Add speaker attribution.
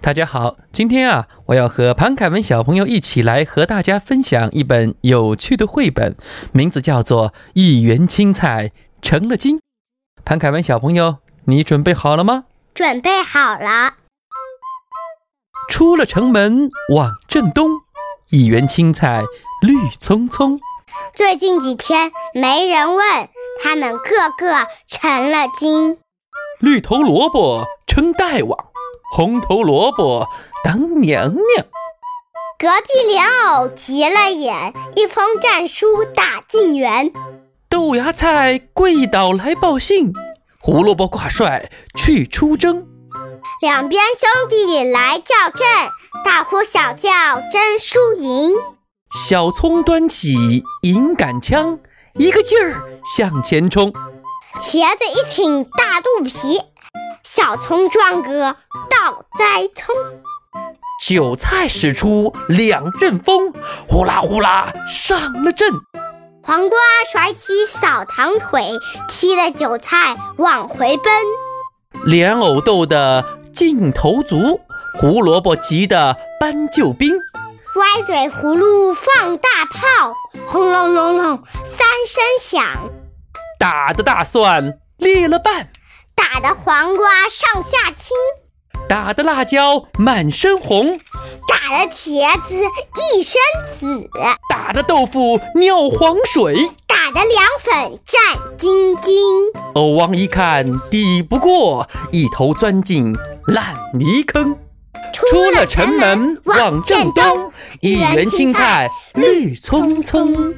Speaker 1: 大家好，今天啊，我要和潘凯文小朋友一起来和大家分享一本有趣的绘本，名字叫做《一园青菜成了精》。潘凯文小朋友，你准备好了吗？
Speaker 2: 准备好了，
Speaker 1: 出了城门往镇东，一园青菜绿葱葱。
Speaker 2: 最近几天没人问，他们个个成了精。
Speaker 1: 绿头萝卜称大王，红头萝卜当娘娘。
Speaker 2: 隔壁莲藕急了眼，一封战书打进园。
Speaker 1: 豆芽菜跪倒来报信，胡萝卜挂帅去出征。
Speaker 2: 两边兄弟来较阵，大呼小叫争输赢。
Speaker 1: 小葱端起银杆枪，一个劲儿向前冲。
Speaker 2: 茄子一挺大肚皮，小葱壮个倒栽葱。
Speaker 1: 韭菜使出两阵风，呼啦呼啦上了阵。
Speaker 2: 黄瓜甩起扫堂腿，踢得韭菜往回奔。
Speaker 1: 莲藕斗得劲头足，胡萝卜急得搬救兵。
Speaker 2: 歪嘴葫芦放大炮，轰隆隆隆三声响，
Speaker 1: 打的大蒜裂了半，
Speaker 2: 打得黄瓜上下青，
Speaker 1: 打的辣椒满身红，
Speaker 2: 打得茄子一身紫，
Speaker 1: 打的豆腐尿黄水。
Speaker 2: 打得凉粉战兢兢。
Speaker 1: 欧哦王一看抵不过，一头钻进烂泥坑。出了城门往正东，一园青菜绿葱葱。